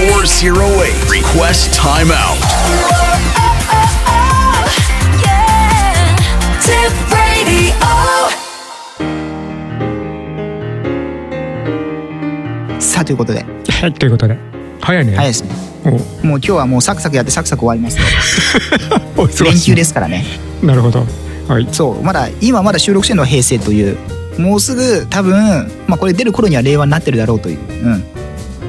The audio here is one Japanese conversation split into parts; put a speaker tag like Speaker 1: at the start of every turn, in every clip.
Speaker 1: 408. Request timeout.
Speaker 2: Oh, Tip Radio.
Speaker 3: さあということで
Speaker 4: はいということで早いね、
Speaker 3: 早いですねもう今日はもうサクサクやってサクサク終わ りますよ
Speaker 4: おお忙しい
Speaker 3: 連休ですからね
Speaker 4: なるほどはい
Speaker 3: そうまだ今まだ収録してるのは平成というもうすぐ多分、まあ、これ出る頃には令和になってるだろうといううん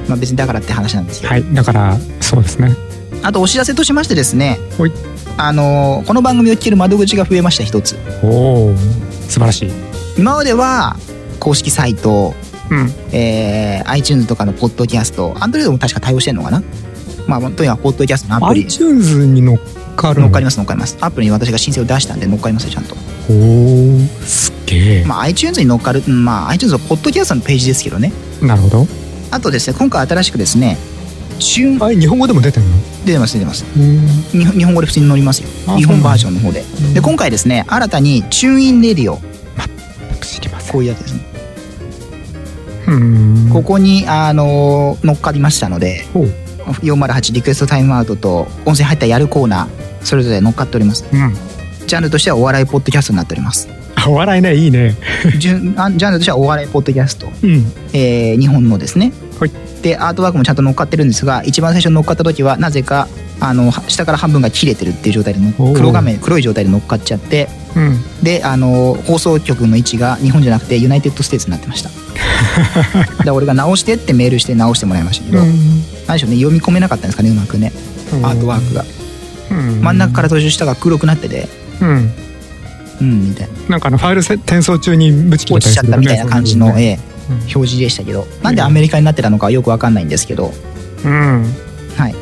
Speaker 3: まあ別にだからって話なんですけど、
Speaker 4: はいだからそうですね
Speaker 3: あとお知らせとしましてですね
Speaker 4: ほい
Speaker 3: あのーこの番組を聞ける窓口が増えました一つ
Speaker 4: おお素晴らしい
Speaker 3: 今までは公式サイト
Speaker 4: うん
Speaker 3: えー iTunes とかのポッドキャスト、Android も確か対応してるのかなまあ、本当にはポッドキャストのアプリ
Speaker 4: iTunes に乗っかる
Speaker 3: 乗っかり
Speaker 4: ま
Speaker 3: ます、乗っかります。アプリに私が申請を出したんで乗っかりますよ、ちゃんと。
Speaker 4: すおおすっげえ、
Speaker 3: まあ、iTunes に乗っかる、うんまあ、iTunes のポッドキャストのページですけどね。
Speaker 4: なるほど
Speaker 3: あとですね、今回新しくですね、旬、
Speaker 4: あれ日本語でも出てんの
Speaker 3: 出てます、出てます。
Speaker 4: うん
Speaker 3: 日本日本語で普通に乗りますよ
Speaker 4: あ。
Speaker 3: 日
Speaker 4: そ
Speaker 3: 本
Speaker 4: うなんだ
Speaker 3: バージョンの方で
Speaker 4: う。ん
Speaker 3: で、今回ですね、新たに、チューンインレディオ、
Speaker 4: 知りません
Speaker 3: こういうやつですね。
Speaker 4: うん
Speaker 3: ここに、あのー乗っかりましたので、
Speaker 4: ほう
Speaker 3: 408リクエストタイムアウトと、音声入ったやるコーナー、それぞれ乗っかっております。
Speaker 4: うん
Speaker 3: ジャンルとしてはお笑いポッドキャストになっており ます。
Speaker 4: あお笑いねいいね
Speaker 3: ジュンあジャンルとしてはお笑いポッドキャスト、
Speaker 4: うん
Speaker 3: えー日本のですね。
Speaker 4: はい
Speaker 3: でアートワークもちゃんと乗っかってるんですが一番最初に乗っかった時はなぜかあのは下から半分が切れてるっていう状態での
Speaker 4: おー
Speaker 3: 黒画面黒い状態で乗っかっちゃって
Speaker 4: うん
Speaker 3: であの放送局の位置が日本じゃなくてユナイテッド・ステーツになって ましたで俺が直してってメールして直してもらいましたけど、何でしょうね読み込めなかったんですかねうまくねアートワークが
Speaker 4: ク、うん
Speaker 3: 真ん中から途中下が黒くなってて
Speaker 4: うん
Speaker 3: うんみたいな
Speaker 4: なんかあのファイルせ転送中にぶち切れ
Speaker 3: 落
Speaker 4: た
Speaker 3: ち
Speaker 4: り
Speaker 3: ちゃ
Speaker 4: す
Speaker 3: っ
Speaker 4: る
Speaker 3: た
Speaker 4: よ
Speaker 3: み
Speaker 4: ね
Speaker 3: たいな感じの、えー
Speaker 4: うん
Speaker 3: 表示でしたけどなんでアメリカになってたのかはよくわかんないんですけど
Speaker 4: うん
Speaker 3: はい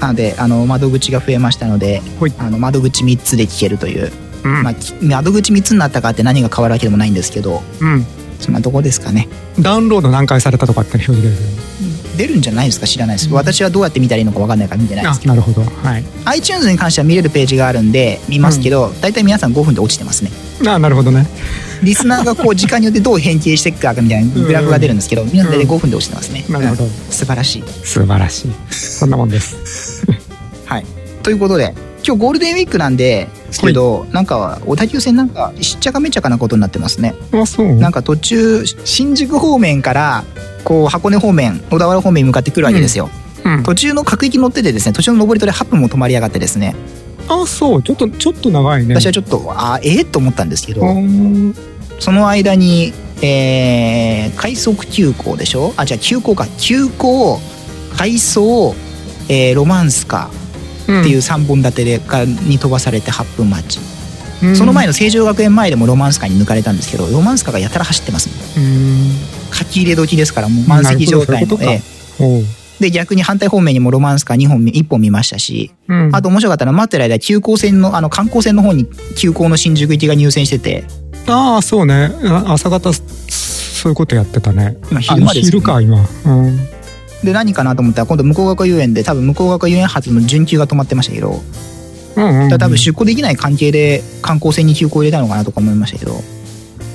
Speaker 3: なのであの窓口が増えましたので
Speaker 4: ほい
Speaker 3: あの窓口3つで聞けるという、
Speaker 4: うん、
Speaker 3: まあ、き窓口3つになったからって何が変わるわけでもないんですけど
Speaker 4: うん
Speaker 3: そんなとこですかね
Speaker 4: ダウンロード何回されたとかって表示出るよね
Speaker 3: 出るんじゃないですか知らないです私はどうやって見たらいいのかわかんないから見てないです
Speaker 4: あなるほどはい
Speaker 3: iTunes に関しては見れるページがあるんで見ますけど、大体皆さん5分で落ちてますね
Speaker 4: あなるほどね
Speaker 3: リスナーがこう時間によってどう変形していくかみた いなグラフが出るんですけど皆さん大体5分で落ちてますね、
Speaker 4: なるほど
Speaker 3: 素晴らしい
Speaker 4: 素晴らしいそんなもんです
Speaker 3: はい。ということで、今日ゴールデンウィークなんで、ですけど、なんか、小田急線なんか、しっちゃかめっちゃかなことになってますね。
Speaker 4: あそう
Speaker 3: なんか途中、新宿方面から、こう、箱根方面、小田原方面に向かってくるわけですよ。
Speaker 4: うん
Speaker 3: 途中の各駅乗っててですね、途中の上りとで8分も止まりやがってですね、
Speaker 4: あそうちょっとちょっと長いね
Speaker 3: 私はちょっと、あええと思ったんですけ
Speaker 4: う
Speaker 3: ど、
Speaker 4: ん
Speaker 3: その間に、えー、快速急行でしょあ、じゃあ急行か。急行、快走、えーロマンスカーっていう3本立てでかに飛ばされて8分待ち。
Speaker 4: うん
Speaker 3: その前の成城学園前でもロマンスカーに抜かれたんですけどロマンスカーがやたら走ってますね
Speaker 4: うん
Speaker 3: 書き入れ時ですからもう満席状態
Speaker 4: なる
Speaker 3: の
Speaker 4: ほどそうい
Speaker 3: え
Speaker 4: うおう
Speaker 3: えで逆に反対方面にもロマンスカー2本1本見ましたし、
Speaker 4: うん
Speaker 3: あと面白かったのは待ってる間急行線のあの観光線の方に急行の新宿行きが入線してて
Speaker 4: ああそうねあ朝方そそういうことやってたね
Speaker 3: 今
Speaker 4: あ
Speaker 3: 昼間ですよ
Speaker 4: 昼か今うん
Speaker 3: で何かなと思ったら今度向こう学遊園で多分向こう学遊園発の準急が止まってましたけど
Speaker 4: うんうんう
Speaker 3: だ
Speaker 4: ん
Speaker 3: から多分出庫できない関係で観光船に急行入れたのかなとか思いましたけど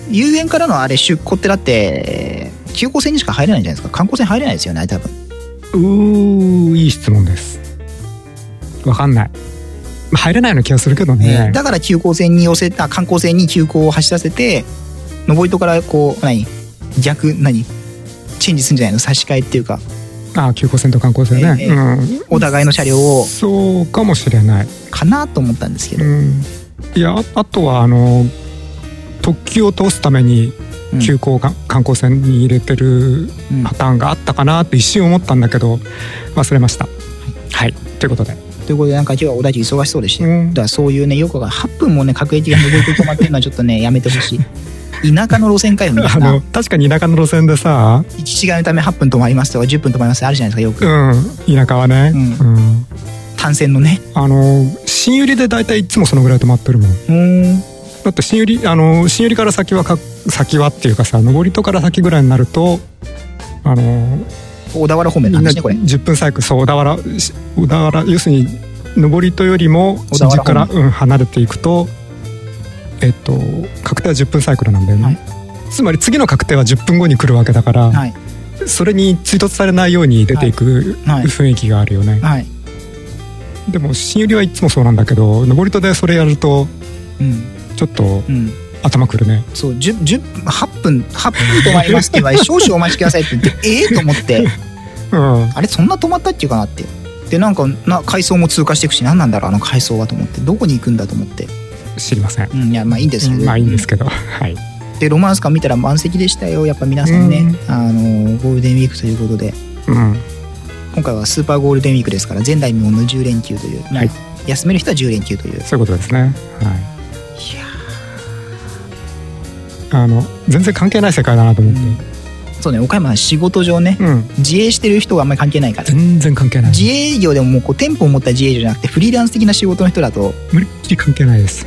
Speaker 3: 遊園からのあれ出庫ってだって急行線にしか入れないんじゃないですか観光船入れないですよねあれ多分
Speaker 4: うーいい質問ですわかんない入れないような気がするけどね
Speaker 3: だから急行線に寄せた観光線に急行を走らせて上り戸からこう何逆何チェンジするんじゃないの差し替えっていうか
Speaker 4: ああ急行線と観光線ね、
Speaker 3: ええ
Speaker 4: うん、
Speaker 3: お互いの車両を
Speaker 4: そうかもしれない、
Speaker 3: かなと思ったんですけ
Speaker 4: う
Speaker 3: ど、
Speaker 4: ん、いやああとはあの特急を通すために
Speaker 3: うん
Speaker 4: 急行が、観光線に入れて
Speaker 3: う
Speaker 4: る
Speaker 3: ん
Speaker 4: パターンがあったかなって一瞬思ったんだけど忘れましたはいということで
Speaker 3: ということでなんか今日はお大臣忙しそうでしたよ、
Speaker 4: うん
Speaker 3: だからそういうねよくが8分もね各駅が上り戸止まってるのはちょっと ねやめてほしい田舎の路線かよみた
Speaker 4: あ
Speaker 3: いな
Speaker 4: の確かに田舎の路線でさ
Speaker 3: 行き違いのため8分止まりますとか10分止まりますとかあるじゃないですか
Speaker 4: う
Speaker 3: よく
Speaker 4: ん田舎はね、
Speaker 3: う
Speaker 4: うん
Speaker 3: 単線のね
Speaker 4: あの新百合で大体いつもそのぐらい止まってるもん
Speaker 3: うん
Speaker 4: だって新百合あの新百合から先はか先はっていうかさ上り戸から先ぐらいになるとあの
Speaker 3: 小田原方面
Speaker 4: み
Speaker 3: の
Speaker 4: んな
Speaker 3: 話ねこれ
Speaker 4: 10分サイクルそう小田原し小田原要するに上り戸よりも
Speaker 3: 小田
Speaker 4: 新
Speaker 3: 原
Speaker 4: 宿から、うん、離れていくとえっと確定は10分サイクルなんだよね、
Speaker 3: はい
Speaker 4: つまり次の確定は10分後に来るわけだから、
Speaker 3: はい
Speaker 4: それに追突されないように出ていく
Speaker 3: はいはい
Speaker 4: 雰囲気があるよね、
Speaker 3: はい、
Speaker 4: でも新百合はいつもそうなんだけど登り戸でそれやると
Speaker 3: うん
Speaker 4: ちょっと
Speaker 3: うん、
Speaker 4: 頭くるね
Speaker 3: そう10 10 8分8分止まりますって言われ少々お待ちくださいって言ってええと思って
Speaker 4: うん
Speaker 3: あれそんな止まったっけかなってでなんかな階層も通過していくし何なんだろうあの階層はと思ってどこに行くんだと思って
Speaker 4: 知りません
Speaker 3: うんいやまあいいんですけど、
Speaker 4: まあいいんですけどはい
Speaker 3: でロマンスカー見たら満席でしたよやっぱ皆さんね、あのゴールデンウィークということで
Speaker 4: うん
Speaker 3: 今回はスーパーゴールデンウィークですから前代未聞の10連休という、まあ
Speaker 4: はい
Speaker 3: 休める人は10連休という
Speaker 4: そういうことですねはいあの全然関係ない世界だなと思って
Speaker 3: そうね岡山は仕事上ね
Speaker 4: うん、
Speaker 3: 自営してる人はあんまり関係ないから
Speaker 4: 全然関係ない
Speaker 3: 自営業でももうこう店舗を持った自営業じゃなくてフリーランス的な仕事の人だと
Speaker 4: 無理っきり関係ないです、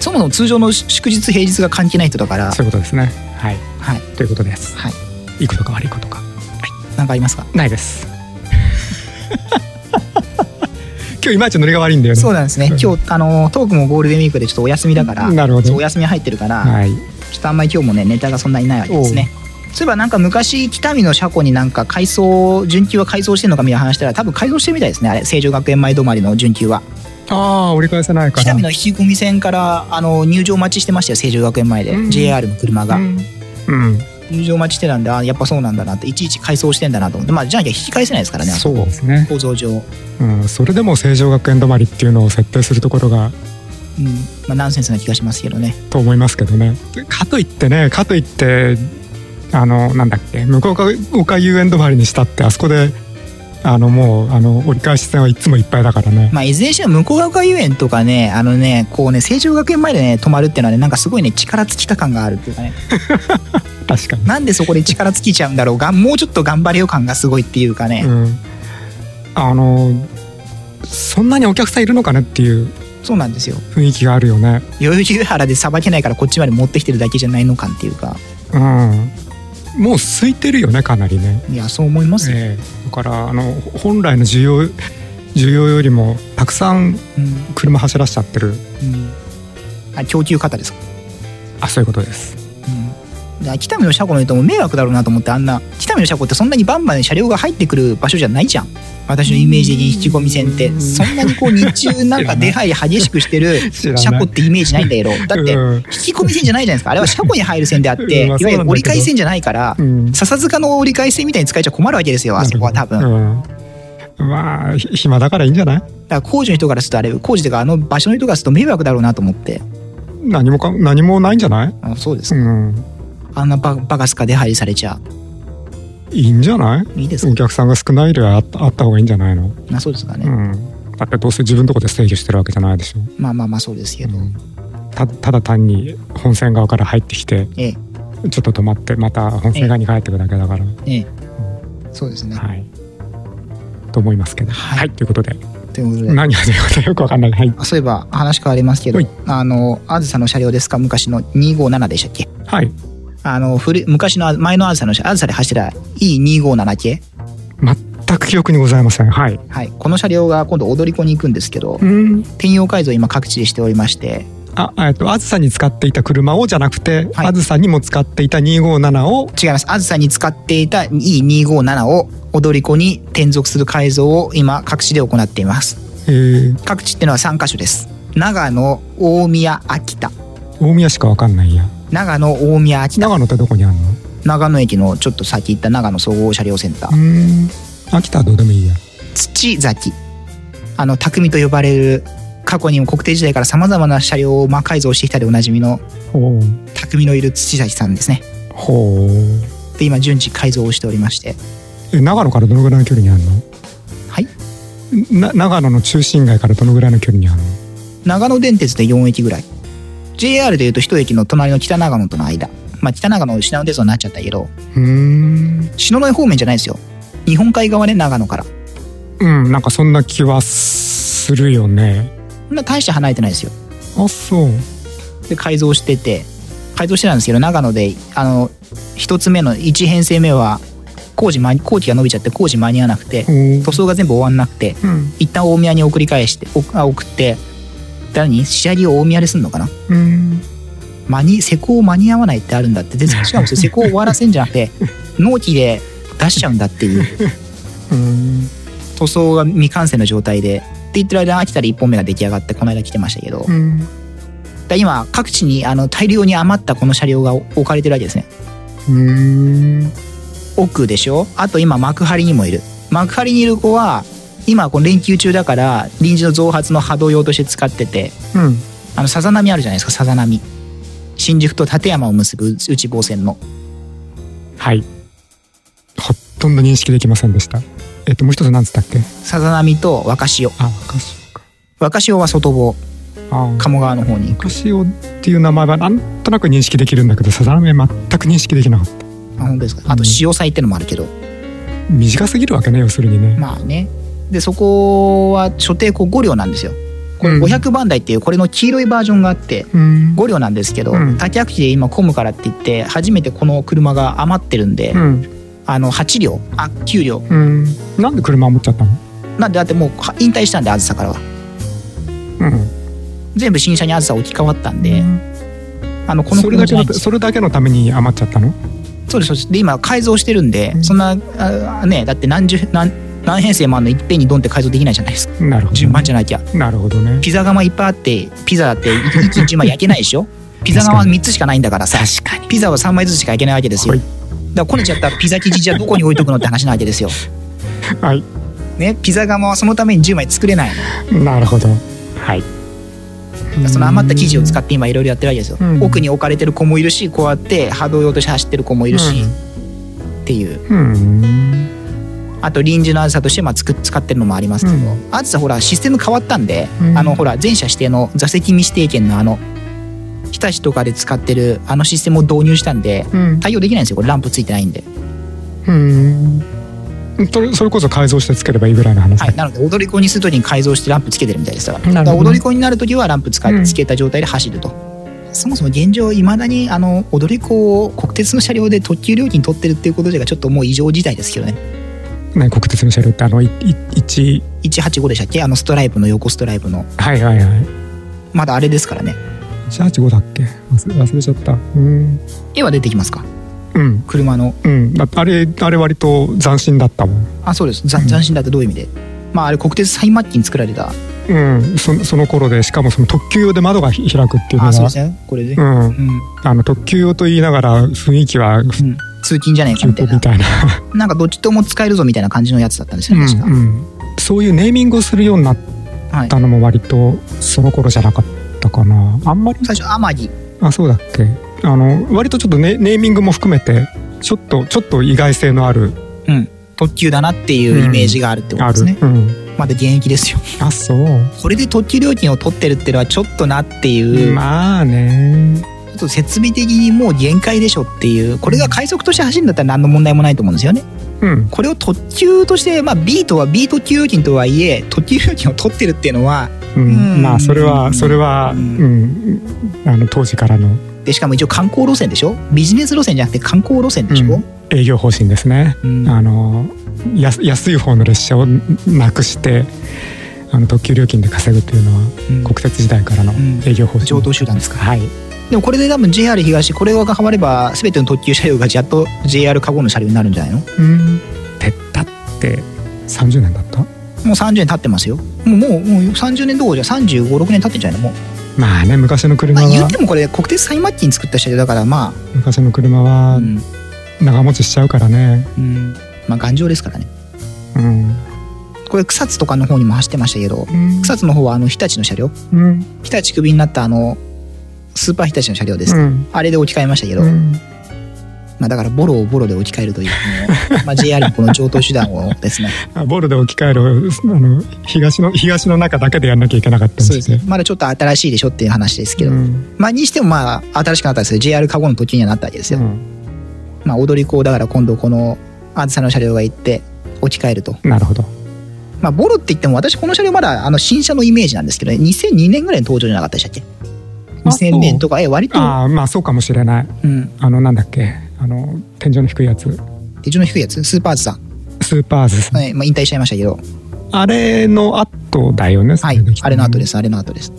Speaker 3: そもそも通常の祝日平日が関係ない人だから
Speaker 4: うん、そういうことですねはい
Speaker 3: はい
Speaker 4: ということです
Speaker 3: はい
Speaker 4: いいことか悪いことか
Speaker 3: 何かありますか
Speaker 4: ないです 今日いまいちノリが悪いんだよね
Speaker 3: そうなんですね今日あのトークもゴールデンウィークでちょっとお休みだから
Speaker 4: なるほど
Speaker 3: そうお休み入ってるから、
Speaker 4: はい
Speaker 3: ちょっとあんまり今日もねネタがそんなにないわけですねそういえばなんか昔北見の車庫になんか改装準急は改装してんのかみたいな話したら多分改装してるみたいですねあれ成城学園前止まりの準急は
Speaker 4: ああー折り返せないから
Speaker 3: 北見の引き込み線からあの入場待ちしてましたよ成城学園前で、
Speaker 4: うん
Speaker 3: JR の車が、
Speaker 4: うん、うん
Speaker 3: 入場待ちしてたんであやっぱそうなんだなっていちいち改装してんだなと思ってまあじゃなきゃ引き返せないですからね
Speaker 4: そうですね、
Speaker 3: 構造上、うん
Speaker 4: うん、それでも成城学園止まりっていうのを設定するところが
Speaker 3: まあ、ナンセンスな気がしますけどね
Speaker 4: と思いますけどねかといってねかといってあのなんだっけ向こうが丘遊園止まりにしたってあそこであのもうあの折り返し線はいつもいっぱいだからね
Speaker 3: まあいずれにしろ向こう側遊園とかねあのねこうね成城学園前でね泊まるっていうのはねなんかすごいね力尽きた感があるっていうかね
Speaker 4: 確かに、
Speaker 3: なんでそこで力尽きちゃうんだろうがもうちょっと頑張れよ感がすごいっていうかね、
Speaker 4: うん、あのそんなにお客さんいるのかねっていう
Speaker 3: そうなんですよ
Speaker 4: 雰囲気があるよね
Speaker 3: 代々木上原でさばけないからこっちまで持ってきてるだけじゃないの感っていうか
Speaker 4: うんもう空いてるよねかなりね、
Speaker 3: いやそう思いますよ、
Speaker 4: ええだからあの本来の需要需要よりもたくさん車走らしちゃってる
Speaker 3: うんうんあ供給方ですか、
Speaker 4: あそういうことです
Speaker 3: うん、だから北見の車庫の人も迷惑だろうなと思ってあんな北見の車庫ってそんなにバンバン車両が入ってくる場所じゃないじゃん私のイメージ的に引き込み線って
Speaker 4: うん
Speaker 3: そんなにこう日中なんか出入り激しくしてる
Speaker 4: 知らない
Speaker 3: 車庫ってイメージないんだけどだって
Speaker 4: うん
Speaker 3: 引き込み線じゃないじゃないですかあれは車庫に入る線であって
Speaker 4: う
Speaker 3: い
Speaker 4: んま
Speaker 3: わゆ
Speaker 4: あそうなんだけ
Speaker 3: る
Speaker 4: ど
Speaker 3: 折り返し線じゃないから
Speaker 4: うん
Speaker 3: 笹塚の折り返し線みたいに使えちゃ困るわけですよあそこは多分、だか
Speaker 4: 分、うんまあひ暇だからいいんじゃない
Speaker 3: ら工事の人からするとあれ工事というかあの場所の人からすると迷惑だろうなと思って
Speaker 4: 何もか何もないんじゃない、
Speaker 3: あそうです
Speaker 4: う
Speaker 3: か、
Speaker 4: ん、
Speaker 3: あんなババカスカ出入りされちゃ
Speaker 4: いいんじゃない
Speaker 3: いいです
Speaker 4: お
Speaker 3: か、
Speaker 4: 客さんが少ないよりはあったあった方がいいんじゃないの、
Speaker 3: あそうですかね、
Speaker 4: うん、だってどうせ自分のとこで制御してるわけじゃないでしょ、
Speaker 3: まあまあまあそうですけ
Speaker 4: う
Speaker 3: ど、
Speaker 4: ん、たただ単に本線側から入ってきて
Speaker 3: ええ
Speaker 4: ちょっと止まってまた本線側に帰ってくだけだから、
Speaker 3: ええそうですね、
Speaker 4: はいと思いますけど
Speaker 3: は
Speaker 4: はいい、ということで
Speaker 3: ということで、
Speaker 4: 何が出るかよくわかんないはい、
Speaker 3: あそういえば話変わりますけど
Speaker 4: はい
Speaker 3: あのあずさの車両ですか昔の257でしたっけ
Speaker 4: はい、
Speaker 3: あの古い昔のあ前のあずさの車あずさで走ってた E257 系
Speaker 4: 全く記憶にございませんはい
Speaker 3: はいこの車両が今度踊り子に行くんですけど、
Speaker 4: うん
Speaker 3: 転用改造を今各地でしておりまして
Speaker 4: あ、えっと、あずさに使っていた車をじゃなくて、
Speaker 3: はい
Speaker 4: あずさにも使っていた257を。
Speaker 3: 違いますあずさに使っていた E257 を踊り子に転属する改造を今各地で行っています
Speaker 4: えー、
Speaker 3: 各地ってのは3カ所です長野大宮秋田
Speaker 4: 大宮しかわかんないや。
Speaker 3: 長野大宮秋田
Speaker 4: 長野ってどこにあるの？
Speaker 3: 長野駅のちょっと先行った長野総合車両センタ
Speaker 4: うー
Speaker 3: ー
Speaker 4: ん、秋田はどうでもいいや。
Speaker 3: 土崎あの匠と呼ばれる過去にも国定時代からさまざまな車両を魔改造してきたでおなじみの
Speaker 4: ほう、
Speaker 3: 匠のいる土崎さんですね
Speaker 4: ほう。
Speaker 3: で今順次改造をしておりまして
Speaker 4: え、長野からどのぐらいの距離にある
Speaker 3: はい
Speaker 4: の？な長野の中心街からどのぐらいの距離にあるの？
Speaker 3: 長野電鉄で4駅ぐらい JR でいうと1駅の隣の北長野との間まあ北長野品野鉄道になっちゃったけど
Speaker 4: うーん、
Speaker 3: 篠ノ井方面じゃないですよ日本海側ね長野からそ
Speaker 4: うん、なんかそんな気はするよね。
Speaker 3: んな大して離れてないですよ
Speaker 4: あ、そう。
Speaker 3: で改造してて改造してたんですけど長野であの1つ目の1編成目は工事間に工期が伸びちゃって工事間に合わなくて
Speaker 4: ほう。
Speaker 3: 塗装が全部終わんなくて
Speaker 4: うん、
Speaker 3: 一旦大宮に送り返しておあ送って何仕上げを大宮ですんのかな
Speaker 4: うん、
Speaker 3: 間に施工間に合わないってあるんだって全然違うんですよ施工を終わらせんじゃなくて納期で出しちゃうんだっていう
Speaker 4: うん
Speaker 3: 塗装が未完成の状態でって言ってる間に秋田で1本目が出来上がってこの間来てましたけど、
Speaker 4: うん
Speaker 3: だ今各地にあの大量に余ったこの車両が置かれてるわけですね
Speaker 4: うん
Speaker 3: 奥でしょあと今幕張にもいる幕張にいる子は今この連休中だから臨時の増発の波動用として使ってて
Speaker 4: うん
Speaker 3: あのさざ波あるじゃないですかさざ波新宿と立山を結ぶ内房線の
Speaker 4: はいほとんど認識できませんでしたえっともう一つ何つったっけ
Speaker 3: さざ波と若潮
Speaker 4: あ若潮か
Speaker 3: 若潮は外房
Speaker 4: あー
Speaker 3: 鴨川の方に
Speaker 4: 若潮っていう名前はなんとなく認識できるんだけどさざ波は全く認識できなかった
Speaker 3: あ本当ですかあと潮祭ってのもあるけど
Speaker 4: 短すぎるわけね要するにね、
Speaker 3: まあねでそこは所定こう5両なんですよこれ
Speaker 4: うん
Speaker 3: 500番台っていうこれの黄色いバージョンがあって
Speaker 4: うん
Speaker 3: 5両なんですけど、
Speaker 4: うん
Speaker 3: 竹脇で今混むからって言って初めてこの車が余ってるんで、
Speaker 4: うん
Speaker 3: あの8両あ9両
Speaker 4: うんなんで車を持っちゃったの
Speaker 3: なんでだってもうは引退したんであずさからは
Speaker 4: うん
Speaker 3: 全部新車にあずさ置き換わったんで、あのこの
Speaker 4: それ
Speaker 3: 車
Speaker 4: だ
Speaker 3: じ
Speaker 4: け
Speaker 3: ゃない
Speaker 4: の
Speaker 3: んです
Speaker 4: それだけのために余っちゃったの
Speaker 3: そうですそうですで今改造してるんで、
Speaker 4: うん
Speaker 3: そんなあねだって何十何何編成もあるのいっぺんにドンって改造できないじゃないですか
Speaker 4: なるほど、
Speaker 3: 10万じゃなきゃ
Speaker 4: なるほどね
Speaker 3: ピザ窯いっぱいあってピザだって1日10万焼けないでし ょピザ窯は3つしかないんだからさ
Speaker 4: 確かに
Speaker 3: ピザは3枚ずつしか焼けないわけですよ、
Speaker 4: はい
Speaker 3: だからこねちゃったピザ生地じゃどこに置いとくのって話なわけですよ
Speaker 4: はい
Speaker 3: ね、ピザ窯はそのために10枚作れないの
Speaker 4: なるほどはい
Speaker 3: その余った生地を使
Speaker 4: っ
Speaker 3: って今いろいろやってるわけですよ、
Speaker 4: うん
Speaker 3: 奥に置かれてる子もいるしこうやって波動用として走ってる子もいるし、っていう
Speaker 4: うん
Speaker 3: あと臨時のあずさとしてまあつく使ってるのもありますけど、
Speaker 4: う
Speaker 3: あずさほらシステム変わったんで、
Speaker 4: うん
Speaker 3: あのほら全社指定の座席未指定券のあの日田市とかで使ってるあのシステムを導入したんで
Speaker 4: うん
Speaker 3: 対応できないんですよこれランプついてないんで、
Speaker 4: うんそれそれこそ改造してつければいいぐらいの話、
Speaker 3: はい、なので踊り子にするときに改造してランプつけてるみたいですだから
Speaker 4: な
Speaker 3: だ
Speaker 4: る
Speaker 3: か
Speaker 4: ほ
Speaker 3: ら
Speaker 4: どね
Speaker 3: 踊り子になるときはランプ使
Speaker 4: う
Speaker 3: い
Speaker 4: ん
Speaker 3: つけた状態で走ると、そもそも現状いまだにあの踊り子を国鉄の車両で特急料金取ってるっていうことがちょっともう異常事態ですけどね
Speaker 4: ね、国鉄の車両ってあのいい一
Speaker 3: 185でしたっけあのストライプの横ストライプの
Speaker 4: はいはいはい
Speaker 3: まだあれですからね
Speaker 4: 185だっけ忘れ忘れちゃったうん
Speaker 3: 絵は出てきますか
Speaker 4: うん
Speaker 3: 車の
Speaker 4: うんだってあれあれ割と斬新だったもん
Speaker 3: あそうですざ
Speaker 4: うん
Speaker 3: 斬新だってどういう意味で、まああれ国鉄最末期に作られた
Speaker 4: うんそその頃でしかもその特急用で窓がひ開くっていうの
Speaker 3: あそうで
Speaker 4: が
Speaker 3: すねこれで、
Speaker 4: う
Speaker 3: うん
Speaker 4: ん、
Speaker 3: うん
Speaker 4: あの特急用と言いながら雰囲気は普
Speaker 3: 通勤じゃないか
Speaker 4: 通
Speaker 3: みたい
Speaker 4: み
Speaker 3: な
Speaker 4: たいな、
Speaker 3: なんかどっちとも使えるぞみたいな感じのやつだったんです
Speaker 4: う
Speaker 3: よ
Speaker 4: ん
Speaker 3: ね確か、
Speaker 4: うん、そういうネーミングをするようになっ
Speaker 3: はい
Speaker 4: たのも割とその頃じゃなかったかなあんまり
Speaker 3: 最初天城
Speaker 4: あそうだっけあの割とちょっとネネーミングも含めてちょっとちょっと意外性のある
Speaker 3: 特急だなっていうイメージがあるってこと
Speaker 4: あ
Speaker 3: です
Speaker 4: る、
Speaker 3: ね、
Speaker 4: うん、
Speaker 3: まだ現役ですよ
Speaker 4: あそう、
Speaker 3: これで特急料金を取ってるってのはちょっとなっていう、
Speaker 4: まあね
Speaker 3: ちょっと設備的にもう限界でしょっていうこれが快速として走るんだったら何の問題もないと思うんですよね
Speaker 4: うん
Speaker 3: これを特急として、まあ、B とは B 特急料金とはいえ特急料金を取ってるっていうのは
Speaker 4: うん
Speaker 3: うん
Speaker 4: まあそれはそれは、
Speaker 3: う
Speaker 4: うんんあの当時からの
Speaker 3: でしかも一応観光路線でしょビジネス路線じゃなくて観光路線でしょ、
Speaker 4: 営業方針ですね、
Speaker 3: うん
Speaker 4: あの安安い方の列車をなくしてあの特急料金で稼ぐというのは
Speaker 3: うん
Speaker 4: 国鉄時代からの
Speaker 3: ん
Speaker 4: 営業方針、
Speaker 3: 常套手段ですか
Speaker 4: はい
Speaker 3: でもこれで多分 JR 東これが変われば全ての特急車両がやっと JR カゴの車両になるんじゃないの
Speaker 4: うんてったって30年だった
Speaker 3: もう30年経ってますよ。もうもうもう30年どころじゃ35、6年経ってんじゃないのもう。
Speaker 4: まあね昔の車
Speaker 3: まあ、言
Speaker 4: は
Speaker 3: ってもこれ国鉄最末期に作った車両だからま
Speaker 4: 昔の車
Speaker 3: あ、
Speaker 4: は
Speaker 3: うん、
Speaker 4: 長持ちしちゃうからね
Speaker 3: うん、まあ頑丈ですからね。
Speaker 4: うん、
Speaker 3: これ草津とかの方にも走ってましたけど、
Speaker 4: うん
Speaker 3: 草津の方はあの日立の車両、
Speaker 4: うん
Speaker 3: 日立首になったあのスーパー日立の車両です。
Speaker 4: うん
Speaker 3: あれで置き換えましたけど、
Speaker 4: うん
Speaker 3: まあだからボロをボロで置き換えると いう、もうまあ JR のこの上等手段をですね、
Speaker 4: あボルで置き換えるあの東の東の中だけでやんなきゃいけなかったん
Speaker 3: そう
Speaker 4: で
Speaker 3: ですすね
Speaker 4: ね。。
Speaker 3: まだちょっと新しいでしょっていう話ですけど、
Speaker 4: うん
Speaker 3: まあにしてもまあ新しくなったんですけど、JR カゴの時にはなったわけですよ。
Speaker 4: うん
Speaker 3: まあ、踊り子をだから今度このあずさの車両が行って置き換えると、
Speaker 4: なるほど。
Speaker 3: まあ、ボロって言っても私この車両まだあの新車のイメージなんですけどね2002年ぐらいの登場じゃなかったでしたっけ
Speaker 4: そう
Speaker 3: 2000年とかえ割と、
Speaker 4: ああまあそうかもしれない。
Speaker 3: うん、
Speaker 4: あのなんだっけあの天井の低いやつ
Speaker 3: 手順の低いやつスーパーズさん、
Speaker 4: スーパーズですね、
Speaker 3: はいまあ、引退しちゃいましたけど
Speaker 4: あれの後だよね。そ
Speaker 3: は
Speaker 4: れ
Speaker 3: い
Speaker 4: できた
Speaker 3: あれの後で。すあれの後です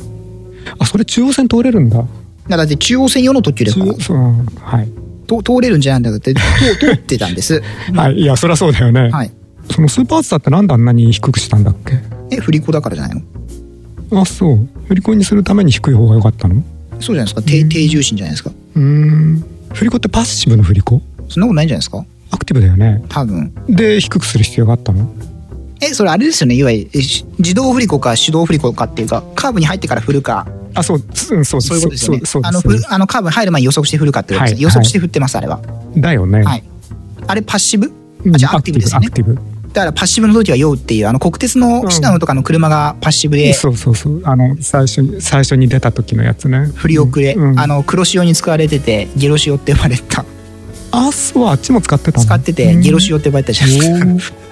Speaker 4: あそれ中央線通れるんだ。
Speaker 3: だからだって中央線用の特急です
Speaker 4: 中
Speaker 3: から
Speaker 4: 央そううんはい。
Speaker 3: と通れるんじゃないんだって、と通ってたんです。
Speaker 4: はい、いやそりゃそうだよね、
Speaker 3: はい。
Speaker 4: そのスーパーアツだってなんであんなに低くしたんだっけ
Speaker 3: え、振り子だからじゃないの
Speaker 4: あそう振り子にするために低い方が良かったのう
Speaker 3: そうじゃないですか。低低重心じゃないですか。
Speaker 4: ーん振り子ってパッシブの振り子
Speaker 3: そんなことないんじゃないですか
Speaker 4: アクティブだよね
Speaker 3: 多分。
Speaker 4: で低くする必要があったの
Speaker 3: え、それあれですよね。いわゆるえし自動振り子か手動振り子かっていうか、カーブに入ってから振るか、
Speaker 4: あそうつうんそう
Speaker 3: そういうことですよね。
Speaker 4: そうそう
Speaker 3: あ
Speaker 4: そ
Speaker 3: の
Speaker 4: う
Speaker 3: ふあのカーブに入る前に予測して振るかってことです、
Speaker 4: はい
Speaker 3: 予測して振ってます、あれは。
Speaker 4: だよね、
Speaker 3: はい。あれパッシブ
Speaker 4: うん
Speaker 3: あじゃあアクティブですよ
Speaker 4: ア
Speaker 3: ね
Speaker 4: ク。ティブアク
Speaker 3: だからパッシブの時は酔うっていう、あの国鉄のシナノとかの車がパッシブ
Speaker 4: ティブ
Speaker 3: で
Speaker 4: そうそうそうあの最初に最初に出た時のやつね
Speaker 3: 振り遅れ、
Speaker 4: うんうん
Speaker 3: あの黒潮に使われてて、ゲロ潮って呼ばれた。
Speaker 4: あそうあっちも使ってたの
Speaker 3: 使ってて、ゲロ潮って呼ばれたじゃないですか。
Speaker 4: おー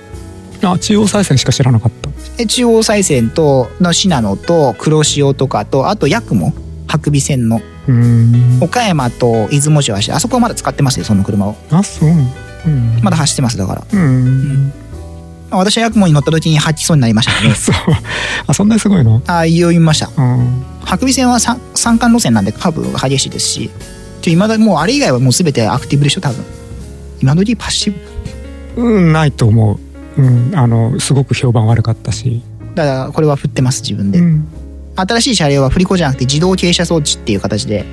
Speaker 4: あ中央再生しか知らなかった
Speaker 3: で中央再線との信濃と黒潮とかとあと八雲白尾線の
Speaker 4: うーん
Speaker 3: 岡山と出雲市を走ってあそこはまだ使ってますよその車を
Speaker 4: あそううん
Speaker 3: まだ走ってますだから、
Speaker 4: う
Speaker 3: うんんまあ私は八雲に乗った時に吐きそうになりましたね
Speaker 4: そうあそんなにすごいの
Speaker 3: ああ酔いました
Speaker 4: うん
Speaker 3: 白尾線は三三冠路線なんでカーブが激しいですしいまだもうあれ以外はもう全てアクティブでしょ多分今時パッシブ
Speaker 4: うん、ないと思う、うん、あのすごく評判悪かったし、
Speaker 3: だからこれは振ってます自分で、
Speaker 4: うん、
Speaker 3: 新しい車両は振り子じゃなくて自動傾斜装置っていう形で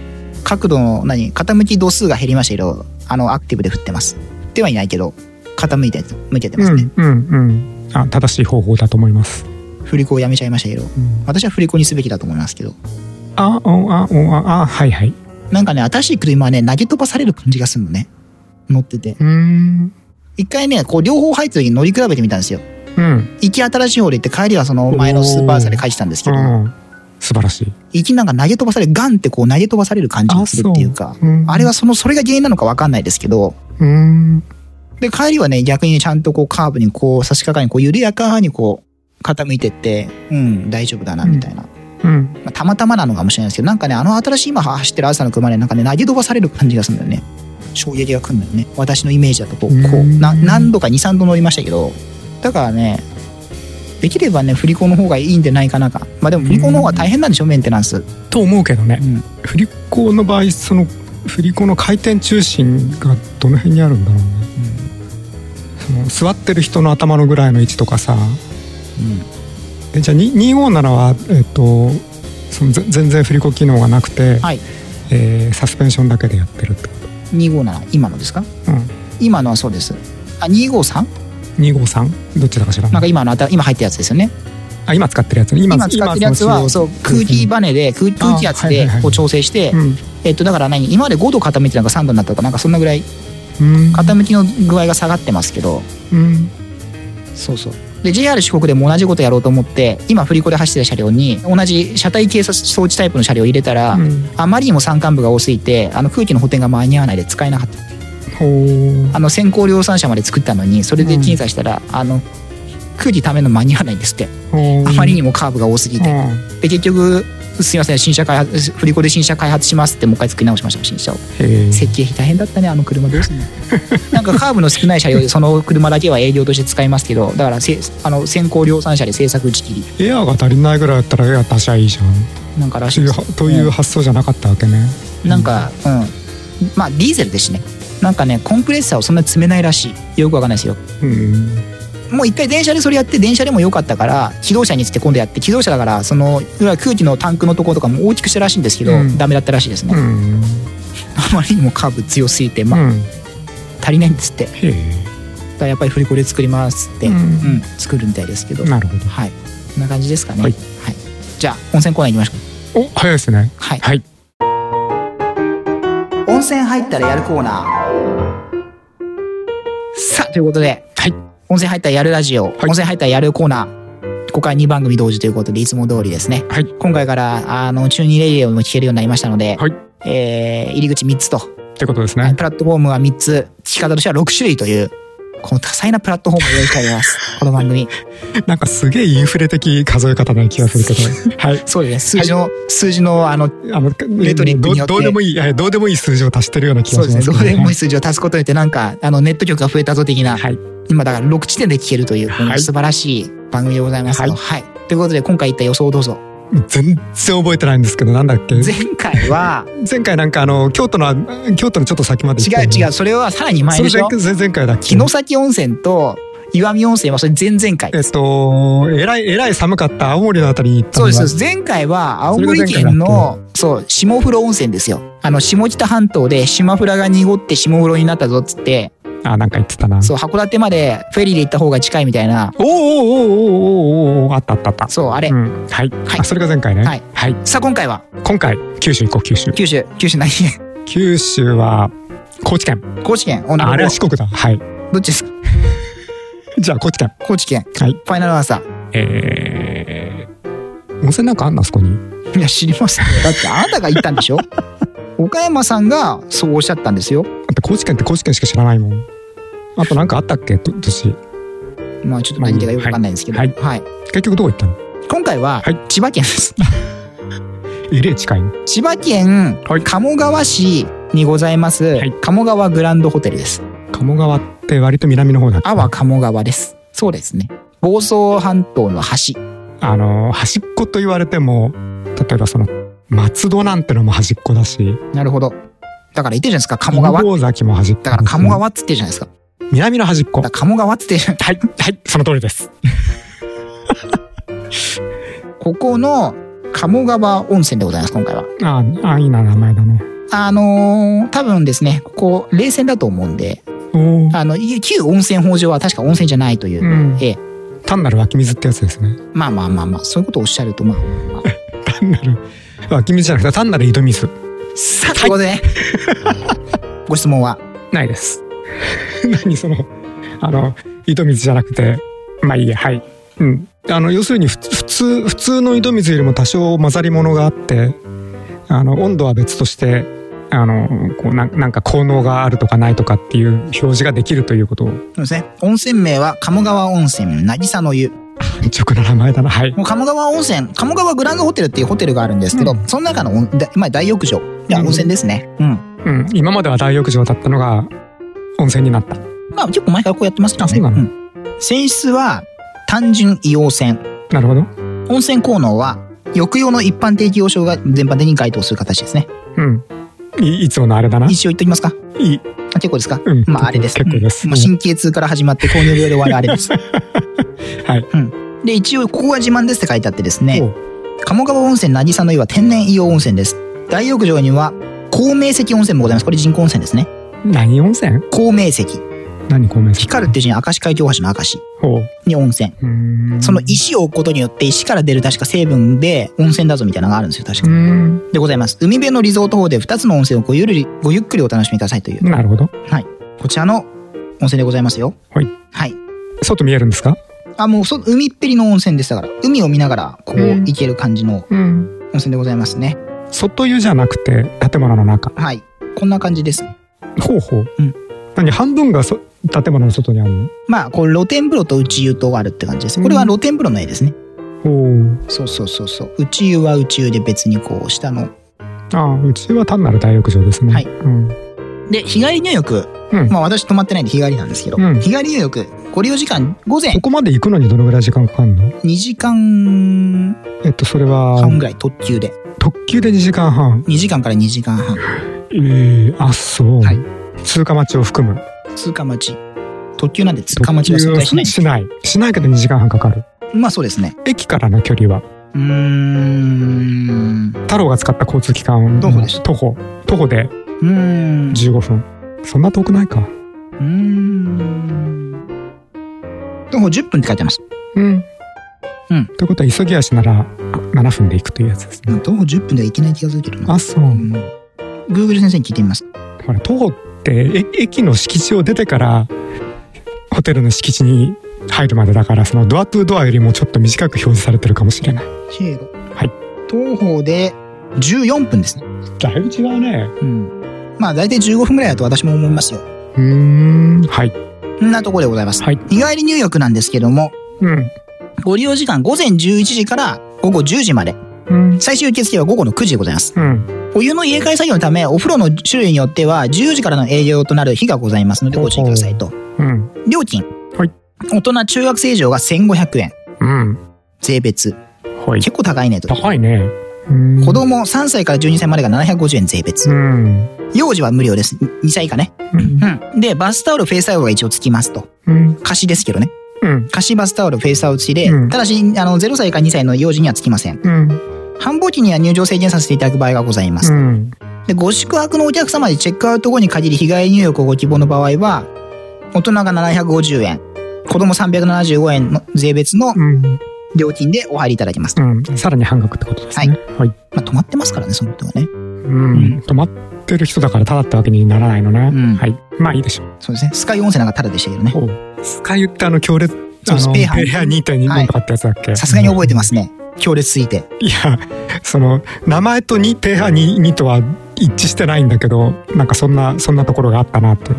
Speaker 3: 角度の何傾き度数が減りましたけどあのアクティブで振ってます振ってはいないけど傾いて向けてま
Speaker 4: う
Speaker 3: すね
Speaker 4: ん、うん、うん、あ正しい方法だと思います。
Speaker 3: 振り子をやめちゃいましたけど
Speaker 4: うん、
Speaker 3: 私は振り子にすべきだと思いますけど
Speaker 4: あ、お、あ、お、あ、あ、はい、はい。
Speaker 3: なんかね新しい車はね投げ飛ばされる感じがするのね乗ってて
Speaker 4: うーん、
Speaker 3: 一回ねこう両方入った時に乗り比べてみたんですよ
Speaker 4: うん、
Speaker 3: 行き新しい方で行って帰りはその前のスーパーサで帰ってたんですけど
Speaker 4: うん、素晴らしい。
Speaker 3: 行きなんか投げ飛ばされガンってこう投げ飛ばされる感じがするっていうか
Speaker 4: ううん
Speaker 3: あれは、そのそれが原因なのか分かんないですけど
Speaker 4: うーん、
Speaker 3: で、帰りはね、逆にねちゃんとこうカーブにこう差し掛かりにこう緩やかにこう傾いてって、うん、大丈夫だな、
Speaker 4: うん
Speaker 3: みたいな。
Speaker 4: うん、
Speaker 3: まあ、たまたまなのかもしれないですけど、なんかね、あの新しい今走ってる朝の車ね、なんかね、投げ飛ばされる感じがするんだよね。衝撃が来るんだよね。私のイメージだとこう、こう、
Speaker 4: うん
Speaker 3: な何度か2、3度乗りましたけど、だからね、できればね、振り子の方がいいんじゃないかなか。まあでも振り子の方が大変なんでしょ、メンテナンス。
Speaker 4: と思うけどね
Speaker 3: う。ん。
Speaker 4: 振り子の場合、その振り子の回転中心がどの辺にあるんだろうね。その座ってる人の頭のぐらいの位置とかさ。えじゃあに257は、えっと、そのぜ全然振り子機能がなくて、
Speaker 3: はい
Speaker 4: えーサスペンションだけでやってるってこ
Speaker 3: うん。257、今のですか
Speaker 4: と、うん、
Speaker 3: 今のはそうです。あ、253?
Speaker 4: 253どっちだか知ら
Speaker 3: な
Speaker 4: なん
Speaker 3: か
Speaker 4: い
Speaker 3: 今のあた、今入ったやつですよね。
Speaker 4: あ今使ってるやつね
Speaker 3: 今使ってるやつは
Speaker 4: 今
Speaker 3: そう空気バネで空空気圧
Speaker 4: あはい
Speaker 3: で
Speaker 4: はいはい
Speaker 3: こう調整して、
Speaker 4: うん
Speaker 3: えっと、だから何今まで5度傾いてたのが3度になったとかなんかそんなぐらい
Speaker 4: うん
Speaker 3: 傾きの具合が下がってますけど
Speaker 4: うん
Speaker 3: そうそうで JR 四国でも同じことやろうと思って今振り子で走ってる車両に同じ車体警察装置タイプの車両を入れたら、
Speaker 4: うん
Speaker 3: あまりにも山間部が多すぎてあの空気の補填が間に合わないで使えなかった
Speaker 4: ほう
Speaker 3: あの先行量産車まで作ったのにそれで検査したら、あの空気ための間に合わないんですって
Speaker 4: ほう
Speaker 3: あまりにもカーブが多すぎて、
Speaker 4: うん
Speaker 3: で結局すいません新車開発振り子で新車開発しますってもう一回作り直しました新車を
Speaker 4: へえ
Speaker 3: 設計費大変だったねあの車どうす んのなんかカーブの少ない車両でその車だけは営業として使いますけどだからせあの先行量産車で制作打ち切り
Speaker 4: エアーが足りないぐらいだったらエアー足しゃいいじゃん
Speaker 3: なんからし
Speaker 4: と
Speaker 3: い
Speaker 4: い
Speaker 3: で
Speaker 4: う
Speaker 3: す
Speaker 4: という発想じゃなかったわけね
Speaker 3: なんかうんまあディーゼルですしねなんかねコンプレッサーをそんなに詰めないらしいよくわかんないですよ
Speaker 4: うん
Speaker 3: もう一回電車でそれやって電車でも良かったから機動車につって今度やって機動車だからそのいわゆる空気のタンクのところとかも大きくしたらしいんですけど、
Speaker 4: うん
Speaker 3: ダメだったらしいですね、
Speaker 4: うん
Speaker 3: あまりにもカーブ強すぎてまあ
Speaker 4: うん
Speaker 3: 足りないんですってだか
Speaker 4: へえ
Speaker 3: らやっぱり振り子で作りますって、う
Speaker 4: うんん
Speaker 3: 作るみたいですけど
Speaker 4: なるほど
Speaker 3: はいこんな感じですかねは
Speaker 4: はいい、
Speaker 3: じゃあ温泉コーナー行きましょう
Speaker 4: お早いですね
Speaker 3: はい、
Speaker 4: はい
Speaker 3: 温泉入ったらやるコーナーさあということで、
Speaker 4: はい
Speaker 3: 温泉入ったらやるラジオ、温泉入ったらやるコーナーここは2番組同時ということでいつも通りですね
Speaker 4: はい
Speaker 3: 今回からあの中2レディオも聞けるようになりましたので、
Speaker 4: はい
Speaker 3: えー入り口3つと
Speaker 4: ってことです
Speaker 3: はい
Speaker 4: ね
Speaker 3: プラットフォームは3つ、聞き方としては6種類という、この多彩なプラットフォームを用意しており ます。この番組。
Speaker 4: なんかすげえインフレ的数え方な気がするけどはい
Speaker 3: そうですね。数字の、数字の、あの、
Speaker 4: あの
Speaker 3: レトリックによって
Speaker 4: どうどうでもいいはいどうでもいい数字を足してるような気
Speaker 3: そ
Speaker 4: が
Speaker 3: うで
Speaker 4: し
Speaker 3: す
Speaker 4: ま
Speaker 3: ね。ど
Speaker 4: すけ
Speaker 3: うでもいい
Speaker 4: い
Speaker 3: 数字を足すことによって、なんか、あの、ネット局が増えたぞ的な、
Speaker 4: はい
Speaker 3: 今だから6地点で聞けるという、こ
Speaker 4: は
Speaker 3: の
Speaker 4: い
Speaker 3: 素晴らしい番組でございますよ。
Speaker 4: は
Speaker 3: はい。ということで、今回言った予想をどうぞ。
Speaker 4: 全然覚えてないんですけどなんだっけ
Speaker 3: 前回 は
Speaker 4: 前回なんかあの京都の京都のちょっと先まで
Speaker 3: 違う違う
Speaker 4: う
Speaker 3: それはさらに前でしょ
Speaker 4: それ前前々回だっけ
Speaker 3: 城崎温泉と岩見温泉はそれ前々回
Speaker 4: えっとえらいえらい寒かった青森のあたりに行った
Speaker 3: そ
Speaker 4: の
Speaker 3: う
Speaker 4: が
Speaker 3: ですそうです前回は青森県のそう下風呂温泉ですよあの下北半島で島風呂が濁って下風呂になったぞっつって
Speaker 4: あなんか言ってたな
Speaker 3: そう函館までフェリーで行った方が近いみたいな
Speaker 4: おーおーおーおーおーおーおーあったあったあった
Speaker 3: そうあれ、
Speaker 4: うんはい、
Speaker 3: はい
Speaker 4: あそれが前回ね
Speaker 3: はい、さあ今回は
Speaker 4: 今回九州行こう九州
Speaker 3: 九州九州何
Speaker 4: 九州は高知県
Speaker 3: 高知県おな
Speaker 4: ああ
Speaker 3: んか
Speaker 4: れは四国だはい
Speaker 3: どっちですか
Speaker 4: じゃあ高知県
Speaker 3: 高知県
Speaker 4: はい
Speaker 3: ファイナルアンサー
Speaker 4: えー、温泉なんかあんなあそこに
Speaker 3: いや知りませ んだってあなたが言ったんでしょ岡山さんがそうおっしゃったんですよ
Speaker 4: だって高知県って高知県しか知らないもんあとなんかあったっけと年
Speaker 3: まあちょっと何てかよくわかんないんですけど、
Speaker 4: は
Speaker 3: はいい
Speaker 4: 結局どこ行ったの
Speaker 3: 今回は
Speaker 4: はい
Speaker 3: 千葉県です、
Speaker 4: えれえ近いの
Speaker 3: 千葉県
Speaker 4: はい
Speaker 3: 鴨川市にございます、
Speaker 4: い
Speaker 3: 鴨川グランドホテルです
Speaker 4: 鴨川って割と南の方だっけ
Speaker 3: 阿波鴨川ですそうですね房総半島の端
Speaker 4: あの端っこと言われても例えばその松戸なんてのも端っこだし
Speaker 3: なるほどだから言ってるじゃないですか鴨川
Speaker 4: 鴨崎も端っこ
Speaker 3: だから鴨川っつってるじゃないですか
Speaker 4: 南の端っこ
Speaker 3: だから鴨川っつってるじゃない
Speaker 4: はいはいその通りです
Speaker 3: ここの鴨川温泉でございます今回は
Speaker 4: ああ安易な名前だね
Speaker 3: あのー多分ですねここ冷泉だと思うんで
Speaker 4: おお
Speaker 3: あのい旧温泉法上は確か温泉じゃないという、
Speaker 4: うん
Speaker 3: ええ
Speaker 4: 単なる湧き水ってやつですね
Speaker 3: まあまあまあまあそういうことをおっしゃると まあまあ
Speaker 4: 単なる湧き水じゃなくて単なる井戸水
Speaker 3: さあ、ということでね。ご質問は。
Speaker 4: ないです 何そのあの井戸水じゃなくてまあいいやはいうんあの要するにふ普通普通の井戸水よりも多少混ざり物があってあの温度は別としてあのこうなんなんか効能があるとかないとかっていう表示ができるということを
Speaker 3: そうですね。温泉名は鴨川温泉渚の湯。
Speaker 4: 直な名前だなはい
Speaker 3: もう鴨川温泉、鴨川グランドホテルっていうホテルがあるんですけど、その中の温、だまあ、大浴場。いや
Speaker 4: うん
Speaker 3: 温泉ですね。うん。
Speaker 4: うん、今までは大浴場だったのが温泉になった。
Speaker 3: まあ結構前からこうやってますからね。
Speaker 4: そうなの
Speaker 3: ん。泉質は単純硫黄泉。
Speaker 4: なるほど。
Speaker 3: 温泉効能は抑揚の一般適用症が全般的に該当する形ですね。
Speaker 4: うん。いいつものあれだな。い
Speaker 3: 一応言っときますか
Speaker 4: い。
Speaker 3: あ結構ですか、
Speaker 4: うん
Speaker 3: まああれです。
Speaker 4: 結構です
Speaker 3: うんもう神経痛から始まって糖尿病で終わるあれです。
Speaker 4: はい。
Speaker 3: うん。で、一応ここが自慢ですって書いてあってですね
Speaker 4: お。
Speaker 3: 鴨川温泉渚の湯は天然硫黄温泉です大浴場には光明石温泉もございますこれ人工温泉ですね
Speaker 4: 何温泉
Speaker 3: 光明石
Speaker 4: 何公明石
Speaker 3: 光るっていう字に明石海峡大橋の明石
Speaker 4: ほう。う
Speaker 3: に温泉
Speaker 4: ーん。
Speaker 3: その石を置くことによって石から出る確か成分で温泉だぞみたいなのがあるんですよ確
Speaker 4: うー
Speaker 3: か
Speaker 4: ん。
Speaker 3: でございます海辺のリゾートホテル2つの温泉をごゆるりごゆっくりお楽しみくださいという
Speaker 4: なるほど。
Speaker 3: はいこちらの温泉でございますよ
Speaker 4: はい。
Speaker 3: はい
Speaker 4: 外見えるんですか
Speaker 3: あもうそ海っぺりの温泉ですだから海を見ながらこう
Speaker 4: うん
Speaker 3: 行ける感じの
Speaker 4: うん。
Speaker 3: 温泉でございますね
Speaker 4: 外湯じゃなくて建物の中。
Speaker 3: はいこんな感じです
Speaker 4: ほうほう。
Speaker 3: うん
Speaker 4: 何半分がそ建物の外にあるの
Speaker 3: まあ、こう露天風呂と内湯とがあるって感じです。これは露天風呂の絵ですね。
Speaker 4: ほう。
Speaker 3: そうそうそうそう。内湯は内湯で別にこう下の。
Speaker 4: ああ、うちは単なる大浴場ですね。
Speaker 3: はい
Speaker 4: うん。
Speaker 3: で、日帰り入浴。
Speaker 4: うん。
Speaker 3: まあ私泊まってないんで日帰りなんですけど、
Speaker 4: うん
Speaker 3: 日帰り入浴、ご利用時間、午前
Speaker 4: ここまで行くのにどのぐらい時間かかるの
Speaker 3: 2時間
Speaker 4: えっと、それは、
Speaker 3: 半ぐらい特急で。
Speaker 4: 特急で2時間半。
Speaker 3: 2時間から2時間半。
Speaker 4: ええあ、そう。
Speaker 3: はい
Speaker 4: 通過待ちを含む。
Speaker 3: 通過待ち。特急なんで通過待ちは存在しないんです
Speaker 4: しない。しないけど2時間半かかる。
Speaker 3: まあそうですね。
Speaker 4: 駅からの距離は、
Speaker 3: うーん。う
Speaker 4: 太郎が使った交通機関
Speaker 3: 徒歩です
Speaker 4: 徒歩。徒歩で
Speaker 3: ーん。う
Speaker 4: 15分。そんな遠くないか。
Speaker 3: ーん。徒歩10分って書いてます。
Speaker 4: うん。
Speaker 3: うん
Speaker 4: ということは、急ぎ足なら7分で行くというやつです
Speaker 3: う
Speaker 4: ね。
Speaker 3: ん徒歩10分ではいけない気がするけどな。
Speaker 4: あ、そう。
Speaker 3: Google 先生に聞いてみます。
Speaker 4: ほら、徒歩って、え駅の敷地を出てから、ホテルの敷地に入るまでだから、そのドアトゥドアよりもちょっと短く表示されてるかもしれない。
Speaker 3: シェーロ。
Speaker 4: はい。
Speaker 3: 東方で14分ですね。
Speaker 4: だいぶ違うね。
Speaker 3: うん。まあ大体15分ぐらいだと私も思いますよ。
Speaker 4: うーん。はい。
Speaker 3: んなところでございます。
Speaker 4: はい
Speaker 3: 日帰り入浴なんですけども、
Speaker 4: うん。
Speaker 3: ご利用時間午前11時から午後10時まで。
Speaker 4: うん。
Speaker 3: 最終受付は午後の9時でございます。
Speaker 4: うん。
Speaker 3: お湯の入れ替え作業のため、お風呂の種類によっては14時からの営業となる日がございますのでご注意くださいと。
Speaker 4: うん。
Speaker 3: 料金。
Speaker 4: はい
Speaker 3: 大人中学生以上が1500円。
Speaker 4: うん。
Speaker 3: 税別。
Speaker 4: ほうはい
Speaker 3: 結構高いねと。
Speaker 4: 高いねうん
Speaker 3: 子供3歳から12歳までが750円税別。
Speaker 4: うん
Speaker 3: 幼児は無料です。2歳以下ね。
Speaker 4: うん
Speaker 3: うん。で、バスタオル、フェイスタオルが一応つきますと。
Speaker 4: うん
Speaker 3: 貸しですけどね。
Speaker 4: うん
Speaker 3: 貸しバスタオル、フェイスタオル付きで、
Speaker 4: うん
Speaker 3: ただし、あの、0歳から2歳の幼児にはつきません。
Speaker 4: うん
Speaker 3: 繁忙期には入場制限させていただく場合がございます。
Speaker 4: うん
Speaker 3: で、ご宿泊のお客様でチェックアウト後に限り日帰り入浴をご希望の場合は、大人が750円、子供375円の税別の
Speaker 4: うん
Speaker 3: 料金でお入りいただけます。
Speaker 4: うんさらに半額ってことですねはい
Speaker 3: まあ、止まってますからね、その人はね。
Speaker 4: うん止まってる人だからただってわけにならないの
Speaker 3: ん
Speaker 4: ねはいまあいいでしょう
Speaker 3: そうですね。スカイ温泉なんかタダでしたけどね。
Speaker 4: スカユってあの強烈
Speaker 3: そう
Speaker 4: あ
Speaker 3: ス
Speaker 4: の
Speaker 3: ペーハン
Speaker 4: ペーハン2.24とかってやつだっけ
Speaker 3: さすがに覚えてますね。強烈すぎて。
Speaker 4: いやその名前とにペーハーににとは一致してないんだけどなんかそんなそんなところがあったなって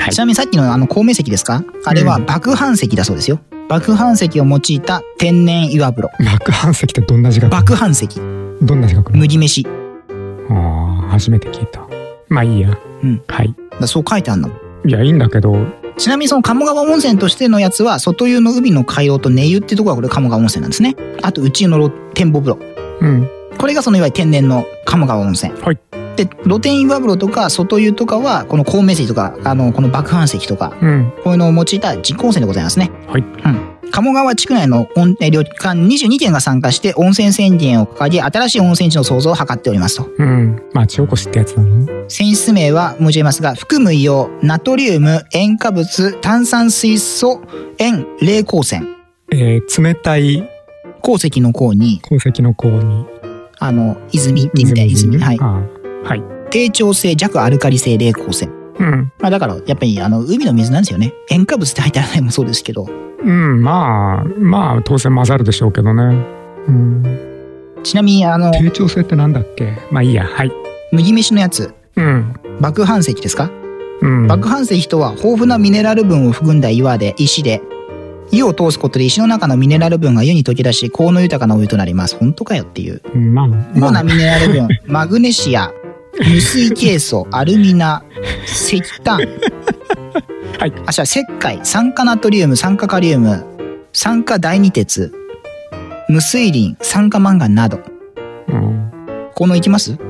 Speaker 4: はい
Speaker 3: ちなみにさっきのあの光明石ですかあれは
Speaker 4: うん
Speaker 3: 爆飯石だそうですよ。爆飯石を用いた天然岩風呂。
Speaker 4: 爆飯石ってどんな字が
Speaker 3: 爆飯石。
Speaker 4: どんな字が来る
Speaker 3: 麦飯。
Speaker 4: ああ初めて聞いたまあいいや、
Speaker 3: うん
Speaker 4: はい
Speaker 3: だそう書いてあるの。
Speaker 4: いやいいんだけど
Speaker 3: ちなみにその鴨川温泉としてのやつは、外湯の海の回廊と寝湯ってとこがこれ鴨川温泉なんですね。あと内湯の露天風呂。
Speaker 4: うん
Speaker 3: これがそのいわゆる天然の鴨川温泉。
Speaker 4: はい
Speaker 3: で、露天岩風呂とか外湯とかは、この光明石とか、あの、この爆飯石とか、
Speaker 4: うん
Speaker 3: こういうのを用いた人工温泉でございますね。
Speaker 4: はい
Speaker 3: うん。鴨川地区内の温え旅館22軒が参加して温泉宣言を掲げ、新しい温泉地の創造を図っておりますと。
Speaker 4: うんまあ地おこしってやつだね
Speaker 3: 選出名は申し上げますが、含む硫黄、ナトリウム、塩化物、炭酸水素、塩、霊光線。
Speaker 4: えー、冷たい
Speaker 3: 鉱石の鉱に、
Speaker 4: 鉱石の鉱に
Speaker 3: あの、泉ってみたいな泉。
Speaker 4: に
Speaker 3: はい
Speaker 4: あ。ーはい
Speaker 3: 低調性、弱アルカリ性、霊光線。
Speaker 4: うん
Speaker 3: まあだから、やっぱり、あの、海の水なんですよね。塩化物って入ってないのもそうですけど。
Speaker 4: うんまあまあ当然混ざるでしょうけどねうん
Speaker 3: ちなみに、あの、
Speaker 4: 低調性ってなんだっけまあいいやはい
Speaker 3: 麦飯のやつ、
Speaker 4: うん
Speaker 3: 爆飯石ですか
Speaker 4: うん
Speaker 3: 爆飯石とは豊富なミネラル分を含んだ岩で石で湯を通すことで石の中のミネラル分が湯に溶け出し効能豊かなお湯となります本当かよっていう
Speaker 4: うんまあ
Speaker 3: 主
Speaker 4: ま
Speaker 3: な
Speaker 4: あ
Speaker 3: ミネラル 分マグネシア無水ケイ素アルミナ石炭
Speaker 4: はい
Speaker 3: あじゃあ石灰酸化ナトリウム酸化カリウム酸化第二鉄無水リン酸化マンガンなど
Speaker 4: うん
Speaker 3: 効能いきますち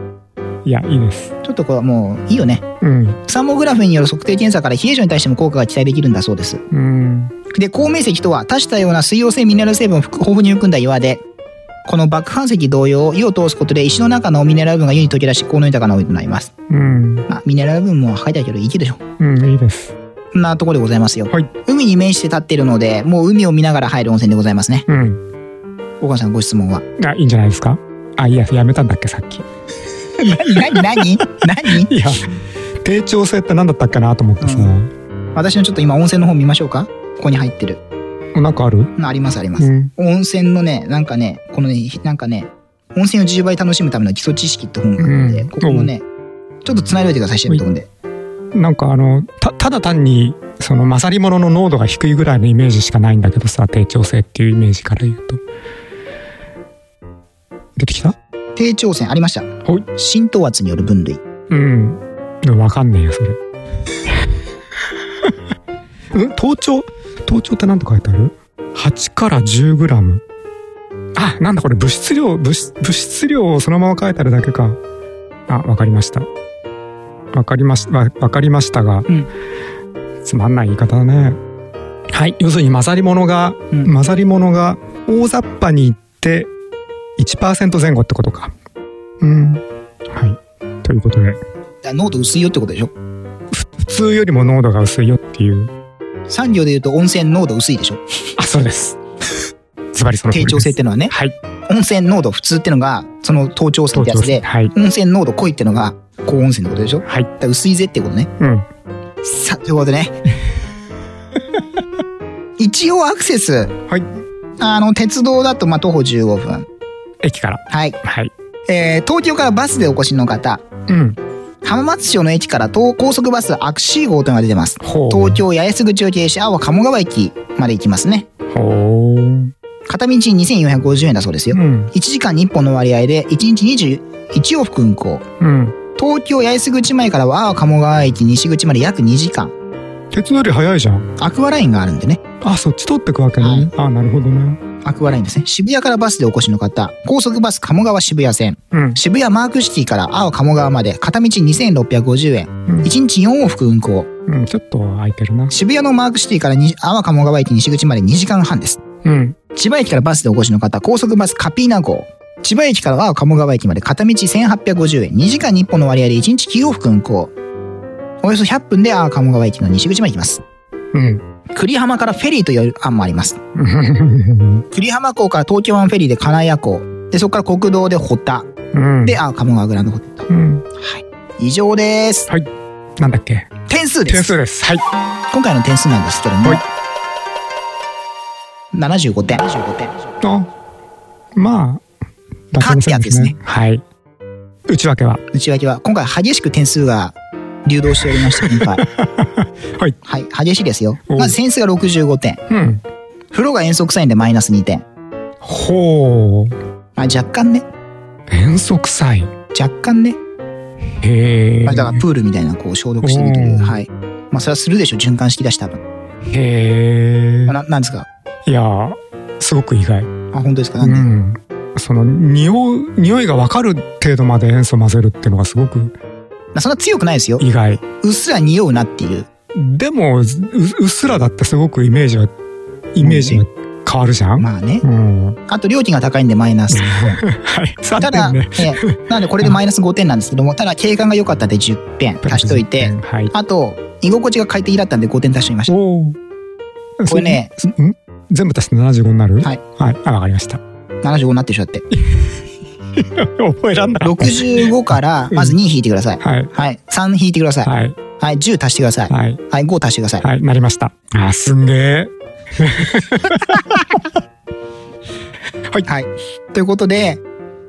Speaker 4: いやいいです
Speaker 3: ょっとこれはもういいよね
Speaker 4: うん
Speaker 3: サーモグラフィンによる測定検査から冷え性に対しても効果が期待できるんだそうです
Speaker 4: うん
Speaker 3: で、光明石とは、多種多様な水溶性ミネラル成分を含豊富に含んだ岩で、この爆飯石同様、湯を通すことで石の中のミネラル分が湯に溶け出し、効能豊かなお湯となります。
Speaker 4: うん
Speaker 3: まあ、ミネラル分も書いてあるけど、いいでしょ。
Speaker 4: うんいいです
Speaker 3: こんなところでございますよ。
Speaker 4: はい
Speaker 3: 海に面して立っているので、もう海を見ながら入る温泉でございますね。
Speaker 4: うん
Speaker 3: 岡野さん、ご質問は。
Speaker 4: あいいんじゃないですかあいいややめたんだっけさっき
Speaker 3: 何何何
Speaker 4: いや低調性って何だったっけなと思ってさ、
Speaker 3: う私のちょっと今、温泉の方見ましょうか。ここに入ってる。
Speaker 4: おなんかある
Speaker 3: うんあります、ありま
Speaker 4: う
Speaker 3: す。
Speaker 4: ん
Speaker 3: 温泉のね、なんかね、このね、なんかね、温泉を10倍楽しむための基礎知識って本があるので、
Speaker 4: うん
Speaker 3: ここもね、ちょっと繋いでおいてください、してるところで。
Speaker 4: なんかあのたただ単にその勝り物の濃度が低いぐらいのイメージしかないんだけどさ低調性っていうイメージから言うと出てきた
Speaker 3: 低調線ありました
Speaker 4: はい
Speaker 3: 浸透圧による分類
Speaker 4: うんでもわかんねえ よそれうん頭頂頭頂って何て書いてある ?8 から 10g あなんだこれ物質量物質物質量をそのまま書いてあるだけかあわかりましたわかりましわわかりましたが、
Speaker 3: ん
Speaker 4: つまんない言い方だねはい要するに混ざり物が、
Speaker 3: うん
Speaker 4: 混ざり物が大雑把にいって1%前後ってことかうんはいということで
Speaker 3: だ濃度薄いよってことでしょ
Speaker 4: 普通よりも濃度が薄いよっていう
Speaker 3: 産業でいうと温泉濃度薄いでしょ
Speaker 4: あそうですズバリその通り
Speaker 3: 低調
Speaker 4: です
Speaker 3: 性ってのはね
Speaker 4: はい
Speaker 3: 温泉濃度普通ってのがその頭頂性ってやつで
Speaker 4: はい
Speaker 3: 温泉濃度濃いってのが高温泉ってことでしょだか
Speaker 4: はい
Speaker 3: ら薄いぜってことね
Speaker 4: うん
Speaker 3: さあということでね 一応アクセス
Speaker 4: はい
Speaker 3: あの鉄道だとまあ徒歩15分
Speaker 4: 駅から
Speaker 3: はい、
Speaker 4: はい
Speaker 3: えー東京からバスでお越しの方
Speaker 4: うん
Speaker 3: 浜松町の駅から東高速バスアクシー号というのが出てます
Speaker 4: ほう
Speaker 3: 東京八重洲口を停止青は鴨川駅まで行きますね
Speaker 4: ほううん
Speaker 3: 片道2450円だそうですよ、1時間に1本の割合で1日21往復運行
Speaker 4: うん
Speaker 3: 東京八重洲口前からは青鴨川駅西口まで約2時間
Speaker 4: 鉄道より早いじゃん
Speaker 3: アクアラインがあるんでね
Speaker 4: あそっち通ってくわけね、
Speaker 3: はい
Speaker 4: あなるほどね
Speaker 3: アクアラインですね。渋谷からバスでお越しの方、高速バス鴨川渋谷線、
Speaker 4: うん
Speaker 3: 渋谷マークシティから青鴨川まで片道2650円、
Speaker 4: うん
Speaker 3: 1日4往復運行。
Speaker 4: うん、ちょっと空いてるな
Speaker 3: 渋谷のマークシティからに青鴨川駅西口まで2時間半です。
Speaker 4: うん
Speaker 3: 千葉駅からバスでお越しの方、高速バスカピーナ号。千葉駅から青鴨川駅まで片道1850円、2時間に1本の割合で1日9往復運行。およそ100分で青鴨川駅の西口まで行きます。
Speaker 4: うん
Speaker 3: 栗浜からフェリーという案もあります。
Speaker 4: うん
Speaker 3: 栗浜港から東京湾フェリーで金谷港。で、そこから国道でホタ。
Speaker 4: うん
Speaker 3: で、青鴨川グランドホテルと。
Speaker 4: うん
Speaker 3: 以上です。
Speaker 4: はいなんだっけ
Speaker 3: 点数です。
Speaker 4: 点数ですはい
Speaker 3: 今回の点数なんですけども
Speaker 4: はい。
Speaker 3: 75点。75点。
Speaker 4: あまあ出せません
Speaker 3: かってやつですね
Speaker 4: はい内訳は
Speaker 3: 内訳は、今回激しく点数が流動しておりました、今回。
Speaker 4: はい
Speaker 3: はい、激しいですよ。
Speaker 4: おう
Speaker 3: まずセンスが65点。
Speaker 4: うん
Speaker 3: 風呂が遠足サインでマイナス2点。
Speaker 4: ほう
Speaker 3: まあ若干ね。
Speaker 4: 遠足祭
Speaker 3: 若干ね。
Speaker 4: へえ
Speaker 3: まあだからプールみたいなこう消毒してみて
Speaker 4: お
Speaker 3: る。
Speaker 4: う
Speaker 3: はい。まあそれはするでしょ、循環式だし多分。
Speaker 4: へえ
Speaker 3: ななんですか
Speaker 4: いやすごく意外
Speaker 3: あ、本当ですかな
Speaker 4: うん
Speaker 3: で、
Speaker 4: んその匂う匂いが分かる程度まで塩素混ぜるっていうのがすごく
Speaker 3: まあそんな強くないですよ。
Speaker 4: 意外
Speaker 3: うっすら匂うなっていう。
Speaker 4: でもうううっすらだってすごくイメージはイメージが変わるじゃん、
Speaker 3: まあね
Speaker 4: う。ん、
Speaker 3: あと料金が高いんでマイナス。
Speaker 4: はい 3
Speaker 3: ただ、
Speaker 4: 点ね
Speaker 3: ええなのでこれでマイナス5点なんですけども、ただ景観が良かったんで10点足しといて、
Speaker 4: はい
Speaker 3: あと、居心地が快適だったんで5点足してみました。
Speaker 4: おお
Speaker 3: これね
Speaker 4: ん全部足して75になる
Speaker 3: はい、
Speaker 4: あ分かりました
Speaker 3: 75になってる人だって。
Speaker 4: 覚えらんない
Speaker 3: 65から、まず2引いてください。
Speaker 4: はい
Speaker 3: はい。3引いてください。
Speaker 4: はい
Speaker 3: はい。10足してください。は
Speaker 4: はい
Speaker 3: い。5足してください。
Speaker 4: はいなりましたあーすんげえ
Speaker 3: はい。ということで、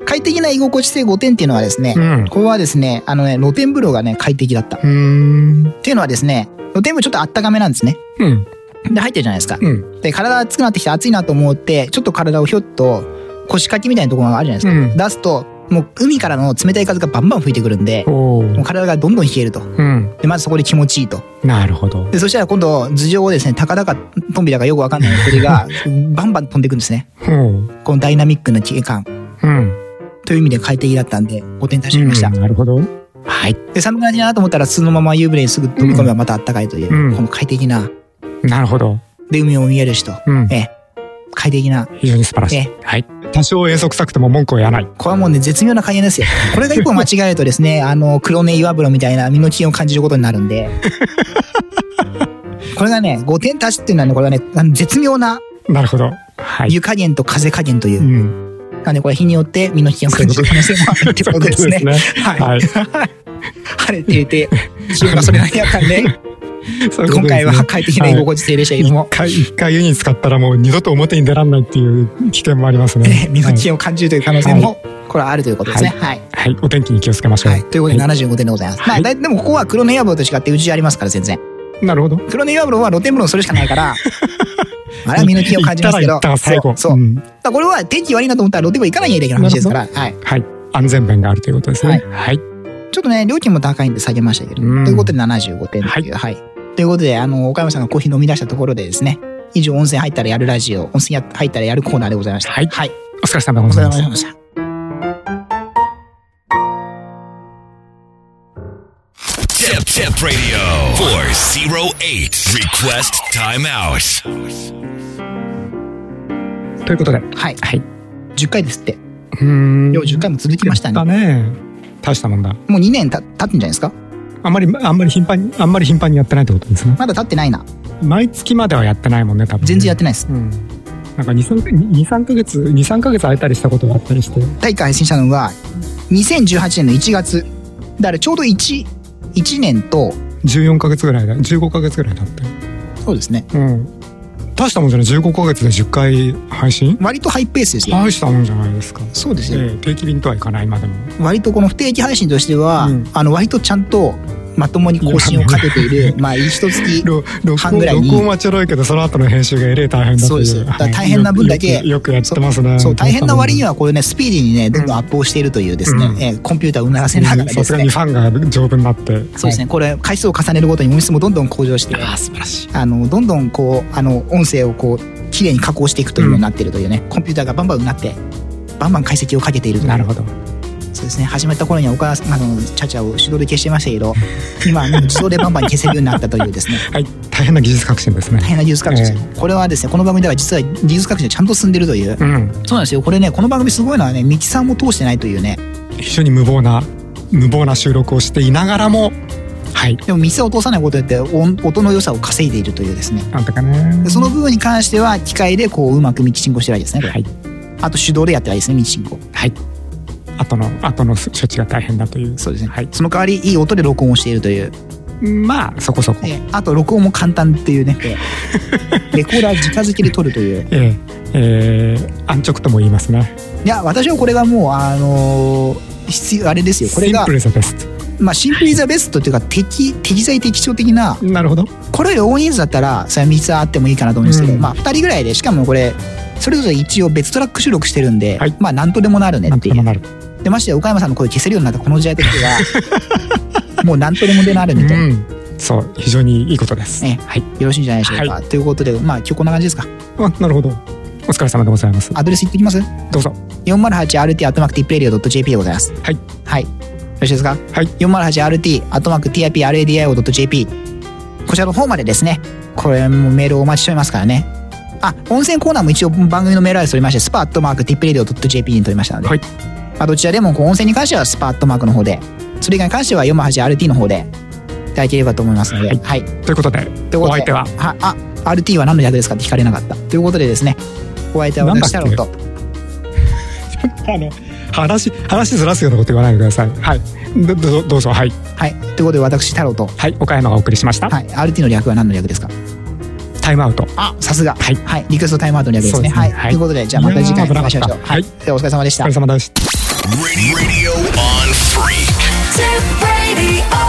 Speaker 3: 快適な居心地性5点っていうのはですね
Speaker 4: う、んう
Speaker 3: これはですね、あのね、露天風呂がね、快適だった。っ
Speaker 4: ーん
Speaker 3: ていうのはですね、露天風呂ちょっとあったかめなんですね。
Speaker 4: うん
Speaker 3: で、入ってるじゃないですか。
Speaker 4: うん
Speaker 3: で、体熱くなってきて暑いなと思って、ちょっと体をひょっと腰掛けみたいなところがあるじゃないですか。
Speaker 4: うん
Speaker 3: 出すと、もう海からの冷たい風がバンバン吹いてくるんで、
Speaker 4: おお
Speaker 3: もう体がどんどん冷えると。
Speaker 4: うん
Speaker 3: で、まずそこで気持ちいいと。
Speaker 4: なるほど
Speaker 3: で、そしたら今度、頭上をですね、高々、トンビだかよくわかんない鳥 が、バンバン飛んでいくんですね。
Speaker 4: ほう
Speaker 3: このダイナミックな景観。
Speaker 4: うん
Speaker 3: という意味で快適だったんで、5点足してみました
Speaker 4: うん。なるほど
Speaker 3: はい。で、寒くなってきたなと思ったら、そのまま湯船にすぐ飛び込めばまた暖かいという、
Speaker 4: うん
Speaker 3: この快適な、
Speaker 4: なるほど
Speaker 3: で、海を見えるしと、
Speaker 4: うん
Speaker 3: ええ、快適な、
Speaker 4: 非常に素晴らしい
Speaker 3: ね
Speaker 4: はい多少遠足臭くても文句を言わない
Speaker 3: これはもうね、絶妙な開演ですよ。これが一歩間違えるとです ね、あの、黒根岩風呂みたいな身の危険を感じることになるん で。これがね、5点足しっていうのはね、これはね、あの絶妙な
Speaker 4: なるほどはい
Speaker 3: 湯加減と風加減というう。
Speaker 4: ん
Speaker 3: なんで、これ日によって身の危険を感じる可能性もあるってことです ね。は。
Speaker 4: はいい
Speaker 3: 晴れていて、気温が それなりだったんで、今回は快適な居心地性でしたけども
Speaker 4: 一、回一回湯に使ったらもう二度と表に出らんないっていう危険もあります
Speaker 3: え
Speaker 4: ね
Speaker 3: え。身の危険を感じるという可能性も、これはあるということですね。はい。
Speaker 4: はい、はいお天気に気をつけましょう。
Speaker 3: はい。ということで、75点でございます。ま
Speaker 4: は
Speaker 3: あ、
Speaker 4: い
Speaker 3: だいでもここは黒根岩風呂と違って、うちありますから、全然。
Speaker 4: なるほど。
Speaker 3: 黒根岩風呂は露天風呂のそれしかない から、あれは身の危険を感じますけど、
Speaker 4: 行ったら行ったら最後。
Speaker 3: そう。そう
Speaker 4: うん
Speaker 3: だからこれは天気悪いなと思ったら露天風呂行かないといけない話ですから、はい。
Speaker 4: はい、安全面があるということですね。はい、
Speaker 3: ちょっとね、料金も高いんで下げましたけど、
Speaker 4: うん
Speaker 3: ということで75点という、はい。ということで、あの、岡山さんがコーヒー飲み出したところでですね、以上温泉入ったらやるラジオ、温泉や入ったらやるコーナーでございました。
Speaker 4: はい
Speaker 3: はい。
Speaker 4: お疲れ様で
Speaker 3: お
Speaker 4: ご
Speaker 3: 疲
Speaker 4: ざ
Speaker 3: れ
Speaker 4: い
Speaker 3: 様
Speaker 4: ま
Speaker 3: で
Speaker 4: した。
Speaker 3: した。
Speaker 1: Tip Tip Radio 408. Request timeout.
Speaker 4: ということで、
Speaker 3: はい。
Speaker 4: はい、
Speaker 3: 10回ですって。
Speaker 4: うん
Speaker 3: よう10回も続きました
Speaker 4: だ
Speaker 3: ね。
Speaker 4: ね。大したもんだ。
Speaker 3: もう2年た経ってんじゃないですか
Speaker 4: あんまりあんまり頻繁にあんまり頻繁にやってないってことですね。
Speaker 3: まだ経ってないな。
Speaker 4: 毎月まではやってないもんね、多分。
Speaker 3: 全然やってないです。
Speaker 4: うん。なんか二三二三ヶ月二三ヶ月空いたりしたことがあったりして。
Speaker 3: 第1回配信したのが、2018年の1月。だからちょうど1、1年と、
Speaker 4: 14ヶ月ぐらいだ15ヶ月ぐらいだって
Speaker 3: そうですね。
Speaker 4: うん大したもんじゃない15ヶ月で10回配信
Speaker 3: 割とハイペースですよ。
Speaker 4: 大したもんじゃないですか、
Speaker 3: そうです
Speaker 4: え
Speaker 3: よ。
Speaker 4: え定期便とはいかないまでも
Speaker 3: 割とこの不定期配信としては、
Speaker 4: うん
Speaker 3: あの割とちゃんとまともに更新をかけている、まあ一 月。
Speaker 4: ろ
Speaker 3: 半ぐ
Speaker 4: 録音
Speaker 3: らいに
Speaker 4: 録音はちょろいけどその後の編集がえれえ大変だっ
Speaker 3: そ
Speaker 4: ていう
Speaker 3: うですよだから
Speaker 4: はい
Speaker 3: 大変な分だけ
Speaker 4: よくよくよくやってますね
Speaker 3: そう、大変な割に
Speaker 4: は
Speaker 3: はこういうね、スピーディーにね、どんどんアップをしているというですね、
Speaker 4: うん
Speaker 3: えーコンピューターをうならせながらで
Speaker 4: さす
Speaker 3: す
Speaker 4: がに
Speaker 3: ね、
Speaker 4: ファンが丈夫になって
Speaker 3: そうですね、これ回数を重ねるごとに音質もどんどん向上して、
Speaker 4: ああ素晴らしい
Speaker 3: あの、どんどんこう、あの、音声をこう、聞綺麗に加工していくというようになってるというね、コンピューターがバンバンうなってバンバン解析をかけているという
Speaker 4: なるほど
Speaker 3: そうですね始めた頃にはお母さんあのチャチャを手動で消してましたけ ど今はもう自動でバンバン消せるようになったというですね
Speaker 4: はい大変な技術革新です
Speaker 3: 大
Speaker 4: ね
Speaker 3: 変な技術革新です、
Speaker 4: え
Speaker 3: これはですねこの番組では実は技術革新がちゃんと進んでるという、
Speaker 4: うん
Speaker 3: そうなんですよこれねこの番組すごいのはねミキサーも通してないというね
Speaker 4: 非常に無謀な無謀な収録をしていながらもはい
Speaker 3: でもミキサーを通さないことによって音音の良さを稼いでいるというですね
Speaker 4: なんとかね
Speaker 3: でその部分に関しては機械でこううまく道進行してるわけですねこれ
Speaker 4: はい
Speaker 3: あと手動でやってるわけですね道進行
Speaker 4: はい後の後の処置が大変だという
Speaker 3: そうですね、
Speaker 4: はい
Speaker 3: その代わりいい音で録音をしているという、
Speaker 4: まあそこそこ
Speaker 3: えーあと録音も簡単って いうねレコーダー直付けで撮るという
Speaker 4: ええええ安直とも言いますね
Speaker 3: いや私はこれがもうあのー必要あれですよこれ
Speaker 4: シン
Speaker 3: が
Speaker 4: プルザベスト
Speaker 3: まあシンプルイザベストっていうか適適材適所的な
Speaker 4: なるほど
Speaker 3: これより大人数だったらそれはミキサーあってもいいかなと思うんですけど、
Speaker 4: うん
Speaker 3: まあ2人ぐらいでしかもこれそれぞれ一応別トラック収録してるんで、
Speaker 4: はい
Speaker 3: まあ何とでもなるね
Speaker 4: なん
Speaker 3: って
Speaker 4: と
Speaker 3: い
Speaker 4: でも
Speaker 3: う
Speaker 4: なる
Speaker 3: でましてや岡山さんの声消せるようになったこの時代的には もう何とでもでなるみたいな、
Speaker 4: うんそう非常にいいことです
Speaker 3: ええ
Speaker 4: はい
Speaker 3: よろしいんじゃないでしょうか、
Speaker 4: は
Speaker 3: ということでまあ今日こんな感じですか
Speaker 4: あなるほどお疲れ様でございます
Speaker 3: アドレス言ってきます
Speaker 4: どうぞ
Speaker 3: 408RT.tmactipradio.jp でございます
Speaker 4: はい
Speaker 3: はいよろしいですか
Speaker 4: はい
Speaker 3: 408RT.tipradio.jp こちらの方までですねこれもメールをお待ちしておりますからねあ温泉コーナーも一応番組のメールアドレス取りましてスパットマーク tipradio.jp に取りましたので、
Speaker 4: はい
Speaker 3: まあ、どちらでもこう温泉に関してはスパットマークの方でそれ以外に関しては 408RT の方でいただければと思いますので、はい
Speaker 4: ということで
Speaker 3: ということで
Speaker 4: お相手は
Speaker 3: はあ RT は何の役ですかって聞かれなかったということでですねお相手は私太郎と
Speaker 4: あの話話ずらすようなこと言わないでくださいはいどどどうぞはい
Speaker 3: はいということで私太郎と
Speaker 4: はい岡山がお送りしました、
Speaker 3: はい RT の略は何の略ですか
Speaker 4: タイムアウト
Speaker 3: あさすが
Speaker 4: はい
Speaker 3: はいリクエストタイムアウトの略です
Speaker 4: そう
Speaker 3: ね
Speaker 4: ですね
Speaker 3: はい、
Speaker 4: はい
Speaker 3: ということでじゃあまた次回お会いしましょう
Speaker 4: いやー危なかった
Speaker 3: はいではお疲れ様でし
Speaker 4: お
Speaker 3: た
Speaker 4: 疲れ様でした
Speaker 1: Radio, radio on freak.
Speaker 2: Tip Radio.